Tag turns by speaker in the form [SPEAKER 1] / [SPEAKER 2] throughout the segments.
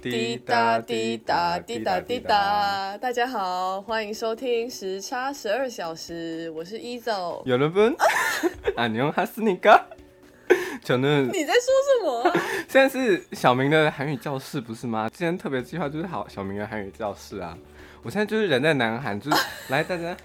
[SPEAKER 1] 滴答滴答滴答滴答，大家好，欢迎收听时差十二小时，我是 E 一 走。
[SPEAKER 2] 여러분안녕하십니까저는
[SPEAKER 1] 你在说什么 啊？
[SPEAKER 2] 现在是小明的韩语教室，不是吗？今天特别计划就是好小明的韩语教室啊。我现在就是人在南韩，就是来大 家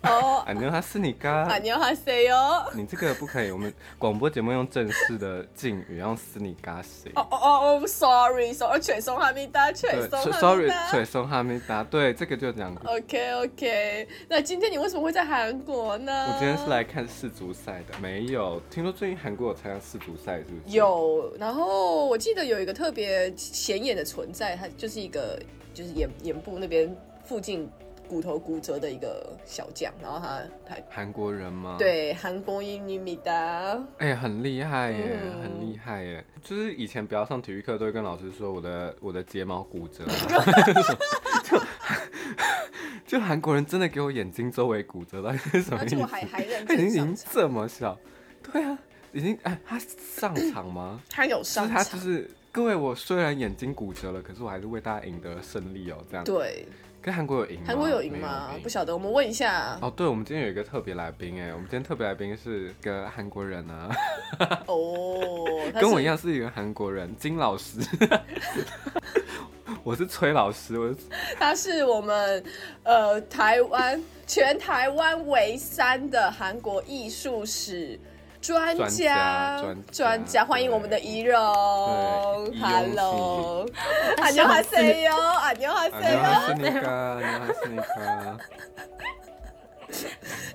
[SPEAKER 2] 啊
[SPEAKER 1] 哦，啊
[SPEAKER 2] 안녕하십니
[SPEAKER 1] 안
[SPEAKER 2] 까。
[SPEAKER 1] 녕하세요。
[SPEAKER 2] 你这个不可以，我们广播节目用正式的敬语，用斯尼嘎谁？
[SPEAKER 1] 哦哦哦哦，sorry，sorry，全送哈密达，呃全
[SPEAKER 2] 对
[SPEAKER 1] 送
[SPEAKER 2] ，so-
[SPEAKER 1] 哈密
[SPEAKER 2] ，sorry，
[SPEAKER 1] 达
[SPEAKER 2] 水。松哈密达，对，这个就讲过。
[SPEAKER 1] OK OK，那今天你为什么会在韩国呢？
[SPEAKER 2] 我今天是来看世足赛的，没有听说最近韩国有参加世足赛，是不是？
[SPEAKER 1] 有，然后我记得有一个特别显眼的存在，它就是一个就是眼眼部那边附近骨头骨折的一个小将，然后他他
[SPEAKER 2] 韩国人吗？。
[SPEAKER 1] 对韩国音女米达，
[SPEAKER 2] 哎、很厉害耶，
[SPEAKER 1] 嗯
[SPEAKER 2] 很厉害耶！就是以前不要上体育课，都会跟老师说我的我的睫毛骨 折，啊 就就韩国人真的给我眼睛周围骨折了，是什么
[SPEAKER 1] 而
[SPEAKER 2] 意思
[SPEAKER 1] 且
[SPEAKER 2] 哎
[SPEAKER 1] 我？还还认
[SPEAKER 2] 他已经
[SPEAKER 1] 真
[SPEAKER 2] 已经
[SPEAKER 1] 上场，
[SPEAKER 2] 这么小，对啊，已经哎、他上场吗？
[SPEAKER 1] 他有
[SPEAKER 2] 就
[SPEAKER 1] 上
[SPEAKER 2] 是他
[SPEAKER 1] 场
[SPEAKER 2] 就，是各位，我虽然眼睛骨折了，可是我还是为大家赢得了胜利哦，这样。
[SPEAKER 1] 对，
[SPEAKER 2] 跟韩国有赢吗？
[SPEAKER 1] 韩国有赢
[SPEAKER 2] 没
[SPEAKER 1] 吗？
[SPEAKER 2] 赢
[SPEAKER 1] 不晓得，我们问 一下。
[SPEAKER 2] 哦，对，我们今天有一个特别来宾哎，我们今天特别来宾是个韩国人啊。
[SPEAKER 1] 哦，他
[SPEAKER 2] 跟我
[SPEAKER 1] 是
[SPEAKER 2] 一样是一个韩国人，金老师， 我是崔老师，我是
[SPEAKER 1] 他是我们呃台湾全台湾唯三的韩国艺术史专家
[SPEAKER 2] 专家专家
[SPEAKER 1] 专家，欢迎我们的怡蓉
[SPEAKER 2] 对
[SPEAKER 1] ，Hello，안녕하세요안녕하세
[SPEAKER 2] 안녕하십
[SPEAKER 1] 요
[SPEAKER 2] 니까안녕하십니까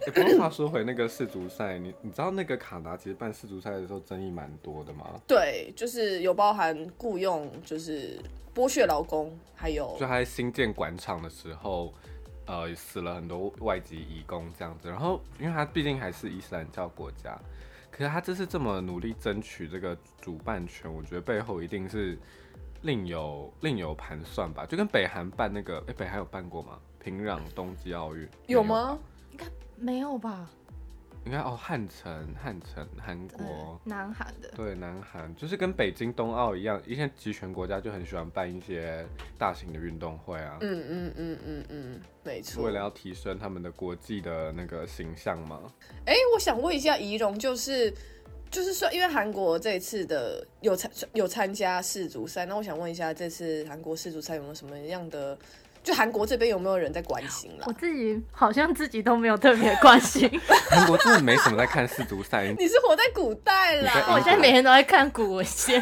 [SPEAKER 2] 欸、不过话说回那个世足赛，你你知道那个卡达其实办世足赛的时候争议蛮多的吗？
[SPEAKER 1] 对，就是有包含雇佣，就是剥削劳工，还有
[SPEAKER 2] 就他在新建广场的时候，呃，死了很多外籍移工这样子。然后，因为他毕竟还是伊斯兰教国家，可是他这次这么努力争取这个主办权，我觉得背后一定是另有另有盘算吧。就跟北韩办那个，哎、北韩有办过吗？平壤冬季奥运
[SPEAKER 1] 有
[SPEAKER 2] 没吧
[SPEAKER 1] 吗？？
[SPEAKER 3] 应该没有吧？
[SPEAKER 2] 应该哦，汉城，汉城，韩国。
[SPEAKER 3] 嗯，南韩的。
[SPEAKER 2] 对，南韩就是跟北京冬奥一样，一些集权国家就很喜欢办一些大型的运动会啊。
[SPEAKER 1] 嗯嗯嗯嗯嗯，没错。
[SPEAKER 2] 为了要提升他们的国际的那个形象嘛，
[SPEAKER 1] 哎、我想问一下仪容，就是就是说，因为韩国这次的有参有参加世足赛，那我想问一下，这次韩国世足赛有没有什么样的？就韩国这边有没有人在关心啦
[SPEAKER 3] 我？自己好像自己都没有特别关心，
[SPEAKER 2] 韩国真的没什么在看世足赛，
[SPEAKER 1] 你是活在古代
[SPEAKER 2] 你在
[SPEAKER 1] 啦！
[SPEAKER 3] 哦我现在每天都在看古文献，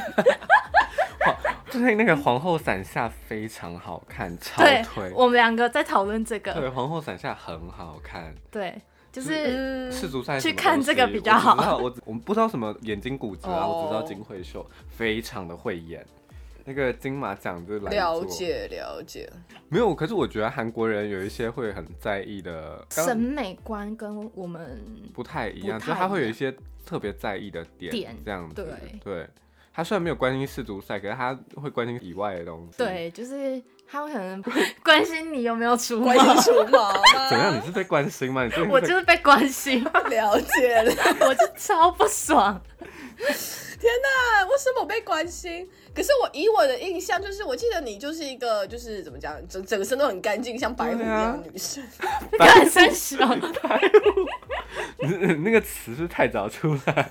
[SPEAKER 2] 就是那个皇后伞下非常好看，超
[SPEAKER 3] 对
[SPEAKER 2] 推，
[SPEAKER 3] 我们两个在讨论这
[SPEAKER 2] 对，
[SPEAKER 3] 个，
[SPEAKER 2] 皇后伞下很好看，
[SPEAKER 3] 对，就是
[SPEAKER 1] 嗯，
[SPEAKER 2] 世足赛
[SPEAKER 3] 去
[SPEAKER 2] 什么
[SPEAKER 3] 看
[SPEAKER 2] 东
[SPEAKER 3] 这个
[SPEAKER 2] 西
[SPEAKER 3] 比较好
[SPEAKER 2] 我只知道我我不知道什么眼睛骨折啊，
[SPEAKER 1] 哦
[SPEAKER 2] 我只知道金惠秀非常的会演。那个金马奖就是来
[SPEAKER 1] 了解了解。
[SPEAKER 2] 没有，可是我觉得韩国人有一些会很在意的刚
[SPEAKER 3] 审美观跟我们
[SPEAKER 2] 不太一样，
[SPEAKER 3] 不
[SPEAKER 2] 就
[SPEAKER 3] 太
[SPEAKER 2] 他会有一些特别在意的点，
[SPEAKER 3] 点
[SPEAKER 2] 这样子。
[SPEAKER 3] 对
[SPEAKER 2] 他虽然没有关心世足赛，可是他会关心以外的东西。，
[SPEAKER 3] 对，就是他们可能关心你有没有除
[SPEAKER 1] 关心
[SPEAKER 3] 毛，
[SPEAKER 1] 除毛
[SPEAKER 2] 怎么样？
[SPEAKER 1] 吗？
[SPEAKER 2] 你是被关心吗？你最近
[SPEAKER 3] 我
[SPEAKER 2] 在
[SPEAKER 3] 就是被关心，
[SPEAKER 1] 了解了。
[SPEAKER 3] 我就超不爽。
[SPEAKER 1] 天呐，为什啊么我被关心？可是我以我的印象，就是我记得你就是一个，就是怎么讲，整整个身都很干净，像白狐一样
[SPEAKER 2] 啊
[SPEAKER 1] 的女生。
[SPEAKER 3] 干生小，
[SPEAKER 2] 你那个词是太早出来，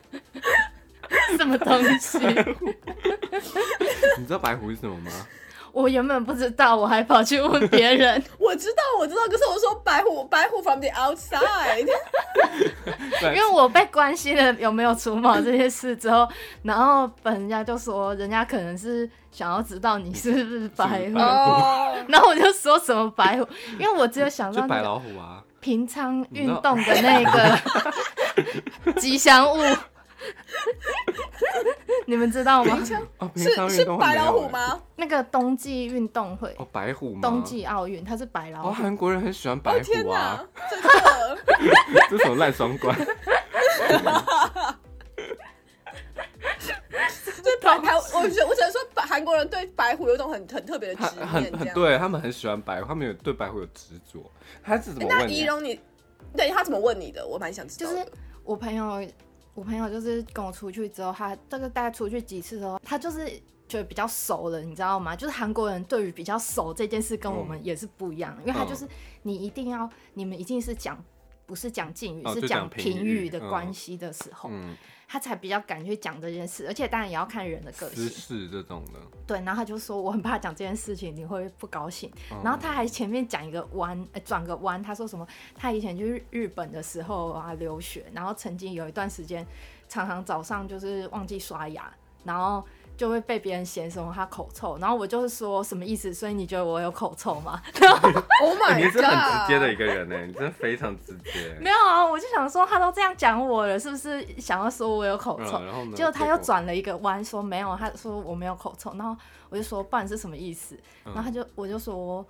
[SPEAKER 3] 什么东西？
[SPEAKER 2] 你知道白狐是什么吗？
[SPEAKER 3] 我原本不知道，我还跑去问别人，
[SPEAKER 1] 我知道，我知道，可是我说白虎，白虎 from the outside，
[SPEAKER 2] 对
[SPEAKER 3] 因为我被关心了有没有除毛这些事之后，然后人家就说，人家可能是想要知道你是不是白
[SPEAKER 2] 是
[SPEAKER 3] 虎
[SPEAKER 2] 白，
[SPEAKER 1] 哦，
[SPEAKER 3] 然后我就说什么白虎，因为我只有想到
[SPEAKER 2] 就白
[SPEAKER 3] 那个
[SPEAKER 2] 老虎啊。
[SPEAKER 3] 平常
[SPEAKER 2] 你
[SPEAKER 3] 运
[SPEAKER 2] 知道
[SPEAKER 3] 动的那个
[SPEAKER 2] 嗯哦
[SPEAKER 3] 吉祥物，你们知道吗？
[SPEAKER 2] 哦，平常
[SPEAKER 1] 是
[SPEAKER 2] 运
[SPEAKER 1] 是
[SPEAKER 2] 动会
[SPEAKER 1] 白
[SPEAKER 2] 没有
[SPEAKER 1] 老虎
[SPEAKER 2] 欸？
[SPEAKER 1] 吗？
[SPEAKER 3] 那个冬季运动会、
[SPEAKER 2] 哦，白虎吗？
[SPEAKER 3] 冬。季奥运，它是白老
[SPEAKER 2] 哦，
[SPEAKER 3] 虎，
[SPEAKER 2] 韩国人很喜欢白
[SPEAKER 1] 哦天
[SPEAKER 2] 虎啊，
[SPEAKER 1] 哪，真的，
[SPEAKER 2] 这什么烂双关？
[SPEAKER 1] 这白台，我觉得我只能说白韩国人对白虎有一种很很特别的
[SPEAKER 2] 他
[SPEAKER 1] 执念，
[SPEAKER 2] 很
[SPEAKER 1] 这
[SPEAKER 2] 很
[SPEAKER 1] 样。
[SPEAKER 2] 对他们很喜欢白虎，他们有对白虎有执着。他是怎么
[SPEAKER 1] 那
[SPEAKER 2] 问
[SPEAKER 1] 仪
[SPEAKER 2] 你？啊
[SPEAKER 1] 容你，对他怎么问你的？我蛮想知
[SPEAKER 3] 就
[SPEAKER 1] 道的。
[SPEAKER 3] 是我朋友，我朋友就是跟我出去之后，他这个大概出去几次之后，他就是觉得比较熟了，你知道吗？就是韩国人对于比较熟这件事跟我们也是不一样，因为
[SPEAKER 2] 嗯
[SPEAKER 3] 他就是你一定要，你们一定是讲不是讲敬语，
[SPEAKER 2] 哦
[SPEAKER 3] 是
[SPEAKER 2] 就
[SPEAKER 3] 讲
[SPEAKER 2] 讲
[SPEAKER 3] 平
[SPEAKER 2] 平
[SPEAKER 3] 语
[SPEAKER 2] 语
[SPEAKER 3] 的
[SPEAKER 2] 嗯
[SPEAKER 3] 关系的时候，
[SPEAKER 2] 嗯，
[SPEAKER 3] 他才比较敢去讲这件事，而且当然也要看人的个
[SPEAKER 2] 私
[SPEAKER 3] 性。
[SPEAKER 2] 事这种的，
[SPEAKER 3] 对，然后他就说我很怕讲这件事情，你会不高兴。
[SPEAKER 2] 嗯
[SPEAKER 3] 然后他还前面讲一个弯，呃转个弯，他说什么？他以前去日本的时候啊留学，然后曾经有一段时间，常常早上就是忘记刷牙，然后就会被别人嫌什么他口臭，然后我就是说什么意思？所以你觉得我有口臭吗？
[SPEAKER 1] Oh
[SPEAKER 2] 哎
[SPEAKER 1] my
[SPEAKER 2] 你
[SPEAKER 1] god！
[SPEAKER 2] 是很直接的一个人欸呢，你真的非常直接。
[SPEAKER 3] 没有啊，我就想说他都这样讲我了，是不是想要说我有口臭？
[SPEAKER 2] 嗯然后呢
[SPEAKER 3] 结果他
[SPEAKER 2] 结
[SPEAKER 3] 又
[SPEAKER 2] 果
[SPEAKER 3] 转了一个弯，说没有，他说我没有口臭，然后我就说不然是什么意思？
[SPEAKER 2] 嗯
[SPEAKER 3] 然后他就我就说，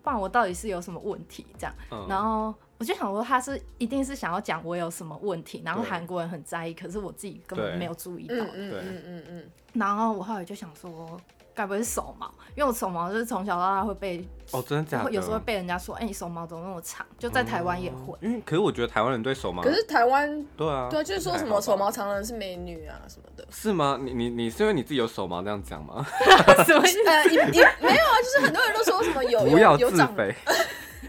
[SPEAKER 3] 不然我到底是有什么问题这样？
[SPEAKER 2] 嗯
[SPEAKER 3] 然后我就想说他是一定是想要讲我有什么问题，然后
[SPEAKER 2] 对
[SPEAKER 3] 韩国人很在意，可是我自己根本
[SPEAKER 2] 对
[SPEAKER 3] 没有注意到
[SPEAKER 1] 嗯，嗯
[SPEAKER 2] 对
[SPEAKER 1] 嗯嗯嗯，
[SPEAKER 3] 然后我后来就想说。该不会是手毛？因为我手毛就是从小到大会被，
[SPEAKER 2] 哦，真的假的？
[SPEAKER 3] 会有时候会被人家说，哎、你手毛怎么那么长？就在台湾也
[SPEAKER 2] 嗯
[SPEAKER 3] 会，
[SPEAKER 2] 因为可是我觉得台湾人对手毛，
[SPEAKER 1] 可是台湾
[SPEAKER 2] 对啊，
[SPEAKER 1] 对啊，就是说什
[SPEAKER 2] 还好
[SPEAKER 1] 么
[SPEAKER 2] 吧
[SPEAKER 1] 手毛长的人是美女啊什么 的。
[SPEAKER 2] 是吗？你你你是因为你自己有手毛这样讲吗？
[SPEAKER 3] 什么意思？
[SPEAKER 1] 呃，也也没有啊，就是很多人都说什么有
[SPEAKER 2] 不要
[SPEAKER 1] 有有
[SPEAKER 2] 自
[SPEAKER 1] 长
[SPEAKER 2] 肥，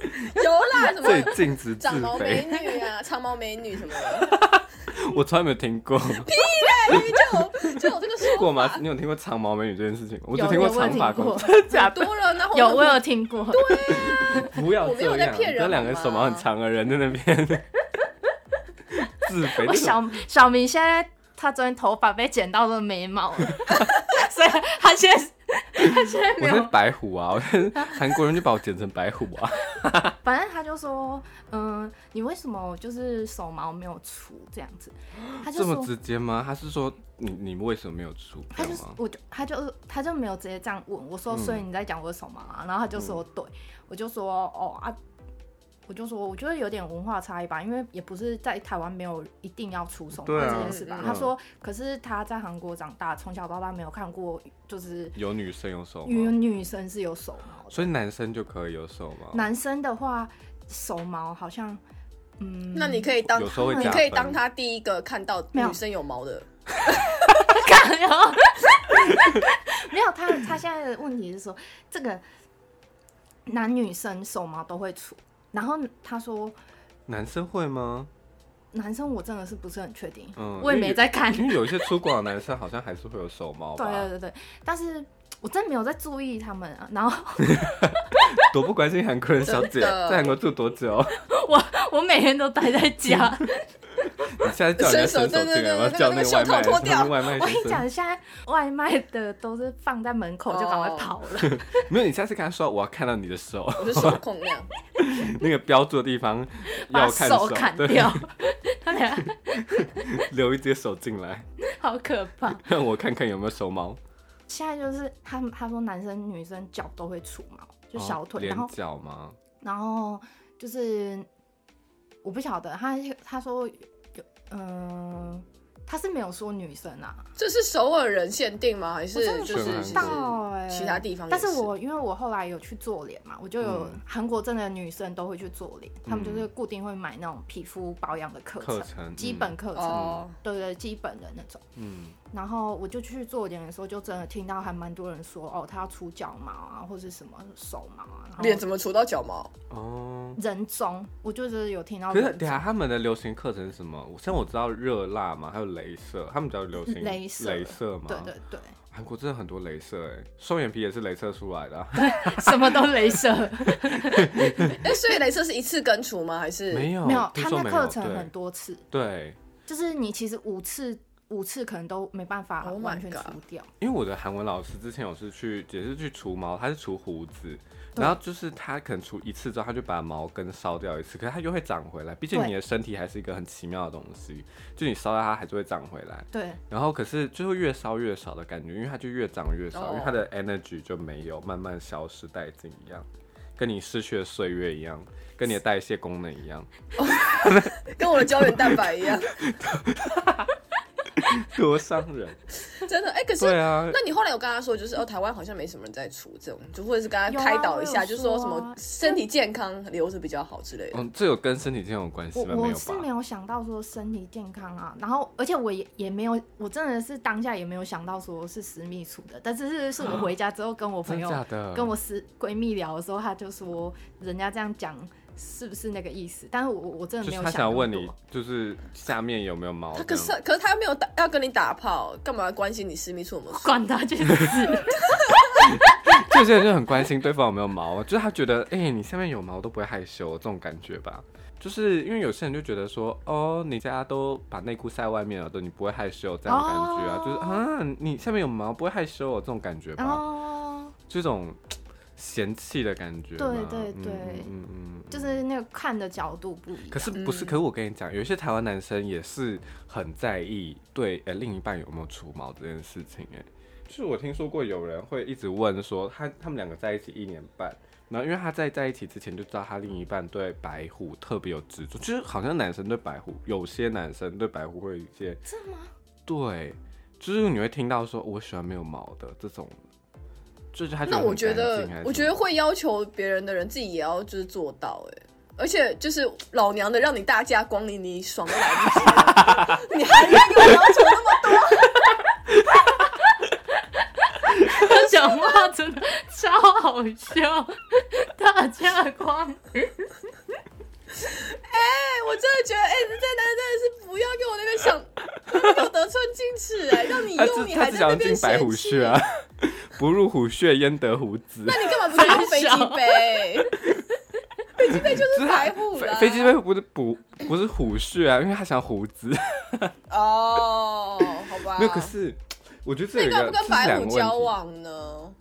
[SPEAKER 1] 有啦，什
[SPEAKER 2] 最
[SPEAKER 1] 么
[SPEAKER 2] 禁止自
[SPEAKER 1] 长毛美
[SPEAKER 2] 肥，
[SPEAKER 1] 女 啊，长毛美女什么的，
[SPEAKER 2] 我从来没有听过。
[SPEAKER 1] 就有就有这个说
[SPEAKER 2] 过
[SPEAKER 1] 法，
[SPEAKER 2] 吗？你有听过长毛美女这件事情吗？我只
[SPEAKER 3] 有
[SPEAKER 2] 听过
[SPEAKER 3] 有我有
[SPEAKER 2] 长发
[SPEAKER 3] 听
[SPEAKER 2] 公
[SPEAKER 3] 过
[SPEAKER 2] 主。
[SPEAKER 3] 假
[SPEAKER 1] 很多人然后
[SPEAKER 3] 有
[SPEAKER 2] 啊
[SPEAKER 3] 我有听过，
[SPEAKER 2] 不要
[SPEAKER 1] 我没有
[SPEAKER 2] 这
[SPEAKER 1] 在
[SPEAKER 2] 样，
[SPEAKER 1] 骗人
[SPEAKER 2] 这两个
[SPEAKER 1] 好吗
[SPEAKER 2] 手毛很长的人在那边 自肥。
[SPEAKER 3] 我
[SPEAKER 2] 这种
[SPEAKER 3] 小小明现在他昨天头发被剪到了眉毛了， 所以他现在他现在没
[SPEAKER 2] 我是
[SPEAKER 3] 有，
[SPEAKER 2] 白虎啊，我是韩国人就把我剪成白虎啊。
[SPEAKER 3] 反正他就说，嗯，你为什么就是手毛没有除这样子？他就
[SPEAKER 2] 这么
[SPEAKER 3] 说，
[SPEAKER 2] 直接吗？他是说你你为什么没有出？这
[SPEAKER 3] 他就
[SPEAKER 2] 样
[SPEAKER 3] 是
[SPEAKER 2] 吗？
[SPEAKER 3] 我就他就他就没有直接这样问我说，
[SPEAKER 2] 嗯
[SPEAKER 3] 所以你在讲我的手毛啊？然后他就说对，我就说哦啊。我就说，我觉得有点文化差异吧，因为也不是在台湾没有一定要出手毛
[SPEAKER 2] 对啊
[SPEAKER 3] 这件事吧。
[SPEAKER 1] 嗯
[SPEAKER 3] 他说，可是他在韩国长大，从小到大没有看过，就是
[SPEAKER 2] 有女生有手
[SPEAKER 3] 因
[SPEAKER 2] 吗？
[SPEAKER 3] 为女生是有手毛的，
[SPEAKER 2] 所以男生就可以有手吗？
[SPEAKER 3] 男生的话手毛好像，嗯，
[SPEAKER 1] 那你可以当
[SPEAKER 2] 有时候会
[SPEAKER 1] 你
[SPEAKER 2] 加
[SPEAKER 1] 可以
[SPEAKER 2] 分
[SPEAKER 1] 当他第一个看到
[SPEAKER 3] 没有
[SPEAKER 1] 女生有毛的，
[SPEAKER 3] 看哦， 没有他他现在的问题是说，这个男女生手毛都会除，然后他说
[SPEAKER 2] 男生会吗？
[SPEAKER 3] 男生我真的是不是很确定，
[SPEAKER 2] 嗯，
[SPEAKER 3] 我也没在看，
[SPEAKER 2] 因为有，因为有一些出国的男生好像还是会有手毛
[SPEAKER 3] 对啊
[SPEAKER 2] 吧，
[SPEAKER 3] 对对对，但是我真的没有在注意他们啊，然后
[SPEAKER 2] 多不关心韩国人小姐，
[SPEAKER 1] 真的
[SPEAKER 2] 在韩国住多久？
[SPEAKER 3] 我每天都待在家，
[SPEAKER 2] 嗯你下次叫人家伸手进来，我要叫那个外卖，
[SPEAKER 1] 伸手对对对那个那个袖套脱掉
[SPEAKER 2] 叫那个外卖
[SPEAKER 3] 我跟
[SPEAKER 2] 先
[SPEAKER 3] 你
[SPEAKER 2] 生。
[SPEAKER 3] 讲，现在外卖的都是放在门口就赶快
[SPEAKER 1] 哦
[SPEAKER 3] 跑了。
[SPEAKER 2] 没有，你下次跟他说我要看到你的手，
[SPEAKER 1] 我是手控那样，
[SPEAKER 2] 那个标注的地方
[SPEAKER 3] 把
[SPEAKER 2] 要看
[SPEAKER 3] 手砍
[SPEAKER 2] 对，
[SPEAKER 3] 掉，他俩
[SPEAKER 2] 留一只手进来，
[SPEAKER 3] 好可怕。
[SPEAKER 2] 让我看看有没有手毛。
[SPEAKER 3] 现在就是他们他说男生女生脚都会除毛，就小腿，
[SPEAKER 2] 哦
[SPEAKER 3] 然
[SPEAKER 2] 脸
[SPEAKER 3] 后
[SPEAKER 2] 角吗？
[SPEAKER 3] 然后就是我不晓得他他说有嗯、他是没有说女生啊，
[SPEAKER 1] 这是首尔人限定吗？还
[SPEAKER 3] 我真
[SPEAKER 1] 是
[SPEAKER 3] 的
[SPEAKER 1] 就
[SPEAKER 3] 不
[SPEAKER 1] 是
[SPEAKER 2] 全
[SPEAKER 1] 其
[SPEAKER 3] 知
[SPEAKER 1] 实
[SPEAKER 3] 道哎、
[SPEAKER 1] 其他地方也
[SPEAKER 3] 但
[SPEAKER 1] 是
[SPEAKER 3] 是我因为我后来有去做脸嘛，我就有
[SPEAKER 2] 嗯
[SPEAKER 3] 韩国真的女生都会去做脸，他们就是固定会买那种皮肤保养的课程，
[SPEAKER 2] 课程
[SPEAKER 3] 基本课程，
[SPEAKER 1] 哦，
[SPEAKER 3] 对对，基本的那种。
[SPEAKER 2] 嗯，
[SPEAKER 3] 然后我就去做脸的时候，就真的听到还蛮多人说，哦，他要除脚毛啊，或是什么手毛啊，然后
[SPEAKER 1] 脸怎么除到脚毛？
[SPEAKER 2] 哦。
[SPEAKER 3] 人中，我就是有听到
[SPEAKER 2] 可是
[SPEAKER 3] 人
[SPEAKER 2] 等一下
[SPEAKER 3] 中，
[SPEAKER 2] 他们的流行课程是什么？我像我知道热辣嘛，还有镭射，他们比较流行
[SPEAKER 3] 镭射
[SPEAKER 2] 镭射嘛。
[SPEAKER 3] 对对对，
[SPEAKER 2] 韩国真的很多镭射哎、双眼皮也是镭射出来的啊、
[SPEAKER 3] 什么都镭 射，
[SPEAKER 1] 哎，所以镭射是一次根除吗？还 是
[SPEAKER 2] 没有
[SPEAKER 3] 没有，
[SPEAKER 2] 哦听
[SPEAKER 3] 他
[SPEAKER 2] 说
[SPEAKER 3] 那
[SPEAKER 2] 没
[SPEAKER 3] 课
[SPEAKER 2] 有
[SPEAKER 3] 程
[SPEAKER 2] 对
[SPEAKER 3] 很多次，
[SPEAKER 2] 对，
[SPEAKER 3] 就是你其实五次五次可能都没办法
[SPEAKER 1] Oh my
[SPEAKER 3] 完全
[SPEAKER 1] God
[SPEAKER 3] 除掉，
[SPEAKER 2] 因为我的韩文老师之前有是去也是去除毛，他是除胡子，然后就是他可能除一次之后，他就把毛根烧掉一次，可是它又会长回来，毕竟
[SPEAKER 3] 对
[SPEAKER 2] 你的身体还是一个很奇妙的东西，就你烧掉它还是会长回来。
[SPEAKER 3] 对，
[SPEAKER 2] 然后可是就会越烧越少的感觉，因为它就越长越少，
[SPEAKER 1] 哦
[SPEAKER 2] 因为它的 energy 就没有慢慢消失殆尽一样，跟你失去的岁月一样，跟你的代谢 功能一样。
[SPEAKER 1] 跟我的胶原蛋白一样？
[SPEAKER 2] 多伤人。
[SPEAKER 1] 真的哎、可是
[SPEAKER 2] 对啊，
[SPEAKER 1] 那你后来有跟他说，就是哦，台湾好像没什么人在出这种，就或者是跟他
[SPEAKER 3] 有啊
[SPEAKER 1] 开导一下，
[SPEAKER 3] 我有
[SPEAKER 1] 就说
[SPEAKER 3] 说啊
[SPEAKER 1] 什么身体健康留着比较好之类的。
[SPEAKER 2] 嗯，这有跟身体健康有关系
[SPEAKER 3] 我
[SPEAKER 2] 吗？没
[SPEAKER 3] 我
[SPEAKER 2] 有
[SPEAKER 3] 是
[SPEAKER 2] 吧
[SPEAKER 3] 没？有想到说身体健康啊，然后而且我也也没有，我真的是当下也没有想到说是私密处的，但是是是我回家之后跟我朋
[SPEAKER 2] 啊真
[SPEAKER 3] 友、
[SPEAKER 2] 假的？
[SPEAKER 3] 跟我私闺蜜聊的时候，她就说人家这样讲是不是那个意思？但是我我真的
[SPEAKER 2] 就是
[SPEAKER 3] 没有
[SPEAKER 2] 他
[SPEAKER 3] 那
[SPEAKER 2] 想要
[SPEAKER 3] 么
[SPEAKER 2] 问
[SPEAKER 3] 多
[SPEAKER 2] 你，就是下面哦有没有毛这
[SPEAKER 1] 他
[SPEAKER 2] 样？
[SPEAKER 1] 可是可是他又没有打要跟你打炮，干嘛关心你私密处有没有
[SPEAKER 2] 哦
[SPEAKER 1] 出？
[SPEAKER 3] 管他 去死，
[SPEAKER 2] 就有些人就很关心对方有没有毛，就是他觉得，哎、你下面有毛都不会害羞这种感觉吧。就是因为有些人就觉得说，哦，你家都把内裤晒外面了，都你不会害羞这样的感觉啊，
[SPEAKER 3] 哦
[SPEAKER 2] 就是啊，你下面有毛不会害羞哦这种感觉吧，
[SPEAKER 3] 然后
[SPEAKER 2] 这种嘖嫌弃的感觉嘛。
[SPEAKER 3] 对对对
[SPEAKER 2] 嗯嗯嗯嗯
[SPEAKER 3] 就是那个看的角度不一样。
[SPEAKER 2] 可是不是？
[SPEAKER 1] 嗯
[SPEAKER 2] 可是我跟你讲，有一些台湾男生也是很在意对呃另一半有没有除毛这件事情、欸。哎，就是我听说过有人会一直问说他他们两个在一起一年半，然后因为他在在一起之前就知道他另一半对白虎特别有执着，就是好像男生对白虎，有些男生对白虎会有一些
[SPEAKER 3] 这吗？
[SPEAKER 2] 对，就是你会听到说我喜欢没有毛的这种，就是他
[SPEAKER 1] 那我觉
[SPEAKER 2] 很
[SPEAKER 1] 得
[SPEAKER 2] 干净还是什，么
[SPEAKER 1] 我觉得会要求别人的人，自己也要就是做到哎、而且就是老娘的让你大驾光临，你爽都来不及 了，你还要给我要求那么
[SPEAKER 3] 他讲话真的超好笑，大家光
[SPEAKER 1] 多？我真的觉得，哎、这男人真的是不要给我那边想， 给我得寸进尺哎、让你
[SPEAKER 2] 他
[SPEAKER 1] 用
[SPEAKER 2] 只
[SPEAKER 1] 你
[SPEAKER 2] 他
[SPEAKER 1] 还
[SPEAKER 2] 只
[SPEAKER 1] 在
[SPEAKER 2] 想
[SPEAKER 1] 那
[SPEAKER 2] 要进
[SPEAKER 1] 边
[SPEAKER 2] 白虎
[SPEAKER 1] 嫌弃
[SPEAKER 2] 穴啊， 不入虎穴焉得虎子。
[SPEAKER 1] 那你干嘛不去用飞机杯？ 飞机杯就是
[SPEAKER 2] 是
[SPEAKER 1] 白 虎
[SPEAKER 2] 飞
[SPEAKER 1] 啦。
[SPEAKER 2] 飞机杯不是虎，不是虎穴啊，因为他想胡子。
[SPEAKER 1] 哦，好吧。
[SPEAKER 2] 没有，可是我觉得这
[SPEAKER 1] 那
[SPEAKER 2] 有
[SPEAKER 1] 你
[SPEAKER 2] 一个
[SPEAKER 1] 干嘛不跟
[SPEAKER 2] 这是
[SPEAKER 1] 白
[SPEAKER 2] 两
[SPEAKER 1] 虎
[SPEAKER 2] 个
[SPEAKER 1] 交
[SPEAKER 2] 问题。
[SPEAKER 1] 往呢？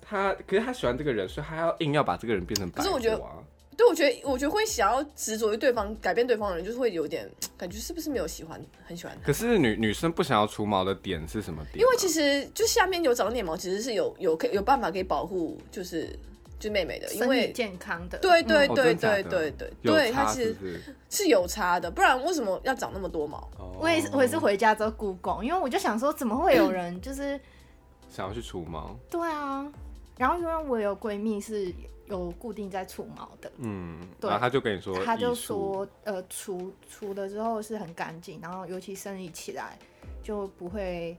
[SPEAKER 2] 他可是他喜欢这个人，所以他要硬要把这个人变成白
[SPEAKER 1] 可是
[SPEAKER 2] 虎
[SPEAKER 1] 我觉得
[SPEAKER 2] 啊。
[SPEAKER 1] 对，我觉得我觉得会想要执着于对方、改变对方的人，就是会有点感觉是不是没有喜欢，很喜欢他。
[SPEAKER 2] 可是女女生不想要除毛的点是什么点啊？
[SPEAKER 1] 因为其实就下面有长点毛，其实是有有可以有办法可以保护，就是就妹妹的，因
[SPEAKER 3] 身体
[SPEAKER 1] 为
[SPEAKER 3] 健康的，
[SPEAKER 1] 对对
[SPEAKER 2] 哦真
[SPEAKER 1] 对
[SPEAKER 2] 的
[SPEAKER 1] 对
[SPEAKER 2] 假
[SPEAKER 1] 对
[SPEAKER 2] 的
[SPEAKER 1] 对
[SPEAKER 2] 有
[SPEAKER 1] 对，
[SPEAKER 2] 差
[SPEAKER 1] 它其
[SPEAKER 2] 是
[SPEAKER 1] 实
[SPEAKER 2] 不是？
[SPEAKER 1] 是有差的，不然为什么要长那么多毛？
[SPEAKER 2] 哦
[SPEAKER 3] 我也是，我也是回家之后 Google，因为我就想说，怎么会有人就是
[SPEAKER 2] 想要去除毛。
[SPEAKER 3] 对啊？然后因为我有闺蜜是有固定在除毛的，
[SPEAKER 2] 嗯，
[SPEAKER 3] 对
[SPEAKER 2] 然后他就跟你说，
[SPEAKER 3] 她就
[SPEAKER 2] 艺术，
[SPEAKER 3] 说，呃，除除了之后是很干净，然后尤其生理起来就不会。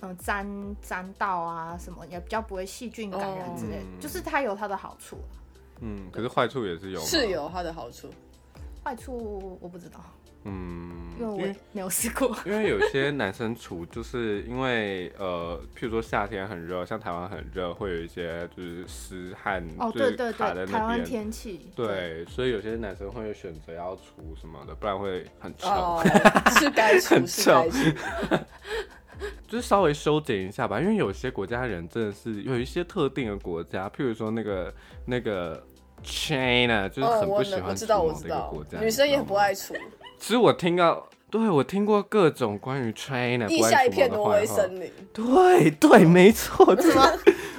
[SPEAKER 3] 嗯，沾沾到啊，什么也比较不会细菌感染之类的
[SPEAKER 2] 哦
[SPEAKER 3] 就是它有它的好处啊、
[SPEAKER 2] 嗯，可是坏处也是有，
[SPEAKER 1] 是，有它的好处。
[SPEAKER 3] 坏处我不知道，
[SPEAKER 2] 嗯，
[SPEAKER 3] 因为我也没有试过。
[SPEAKER 2] 因为有些男生除，就是因为呃，譬如说夏天很热，像台湾很热，会有一些就是湿汗，
[SPEAKER 3] 哦，
[SPEAKER 2] 就是
[SPEAKER 3] 对对
[SPEAKER 2] 卡在
[SPEAKER 3] 对，台
[SPEAKER 2] 那
[SPEAKER 3] 湾
[SPEAKER 2] 边。
[SPEAKER 3] 天气，
[SPEAKER 2] 对，所以有些男生会选择要除什么的，不然会很臭，
[SPEAKER 1] 哦，是该 除是该
[SPEAKER 2] 很
[SPEAKER 1] 除。
[SPEAKER 2] 就是稍微修剪一下吧。因为有些国家人真的是有一些特定的国家，譬如说那个那个 China，就是
[SPEAKER 1] 哦，
[SPEAKER 2] 很
[SPEAKER 1] 我
[SPEAKER 2] 不喜
[SPEAKER 1] 能，我
[SPEAKER 2] 欢
[SPEAKER 1] 知
[SPEAKER 2] 除
[SPEAKER 1] 道，我
[SPEAKER 2] 毛的
[SPEAKER 1] 知
[SPEAKER 2] 一个
[SPEAKER 1] 道
[SPEAKER 2] 国，家，
[SPEAKER 1] 女生也不
[SPEAKER 2] 爱。
[SPEAKER 1] 爱除，
[SPEAKER 2] 其实我听到，对我听过各种关于 China
[SPEAKER 1] 地
[SPEAKER 2] 关于
[SPEAKER 1] 下一
[SPEAKER 2] 除毛
[SPEAKER 1] 片
[SPEAKER 2] 的
[SPEAKER 1] 挪
[SPEAKER 2] 坏
[SPEAKER 1] 威
[SPEAKER 2] 话
[SPEAKER 1] 森林。
[SPEAKER 2] 对对，没错，这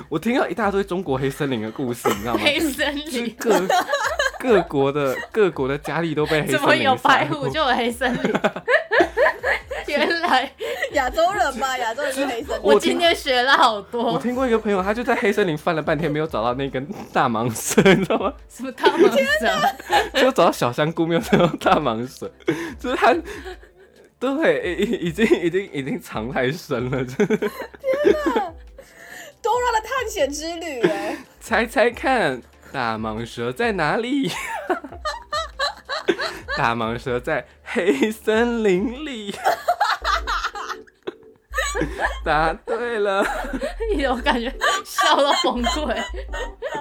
[SPEAKER 2] 我听到一大堆中国黑森林的故事，你知道吗？
[SPEAKER 3] 黑森
[SPEAKER 2] 就是
[SPEAKER 3] 林，
[SPEAKER 2] 各各国的各国的家里都被黑森林
[SPEAKER 3] 怎么有白
[SPEAKER 2] 杀过
[SPEAKER 3] 虎就有黑森 林？原来
[SPEAKER 1] 亚洲人嘛，亚洲人是 黑森林。
[SPEAKER 2] 我
[SPEAKER 3] 我
[SPEAKER 2] 听
[SPEAKER 3] 今天学了好
[SPEAKER 2] 我
[SPEAKER 3] 多，
[SPEAKER 2] 听过一个朋友，他就在黑森林翻了半天，没有找到那根大蟒蛇，你知道 吗？
[SPEAKER 3] 什么大蟒蛇？
[SPEAKER 2] 只有找到小香菇，没有找到大蟒蛇，就是他，对，已已已经已经已经藏太深了，就是
[SPEAKER 1] Dora 的探险之旅、哎，
[SPEAKER 2] 猜猜看，大蟒蛇在哪里？ 大蟒蛇在黑森林里。 答对了，
[SPEAKER 3] 有感觉笑到崩溃。
[SPEAKER 1] Oh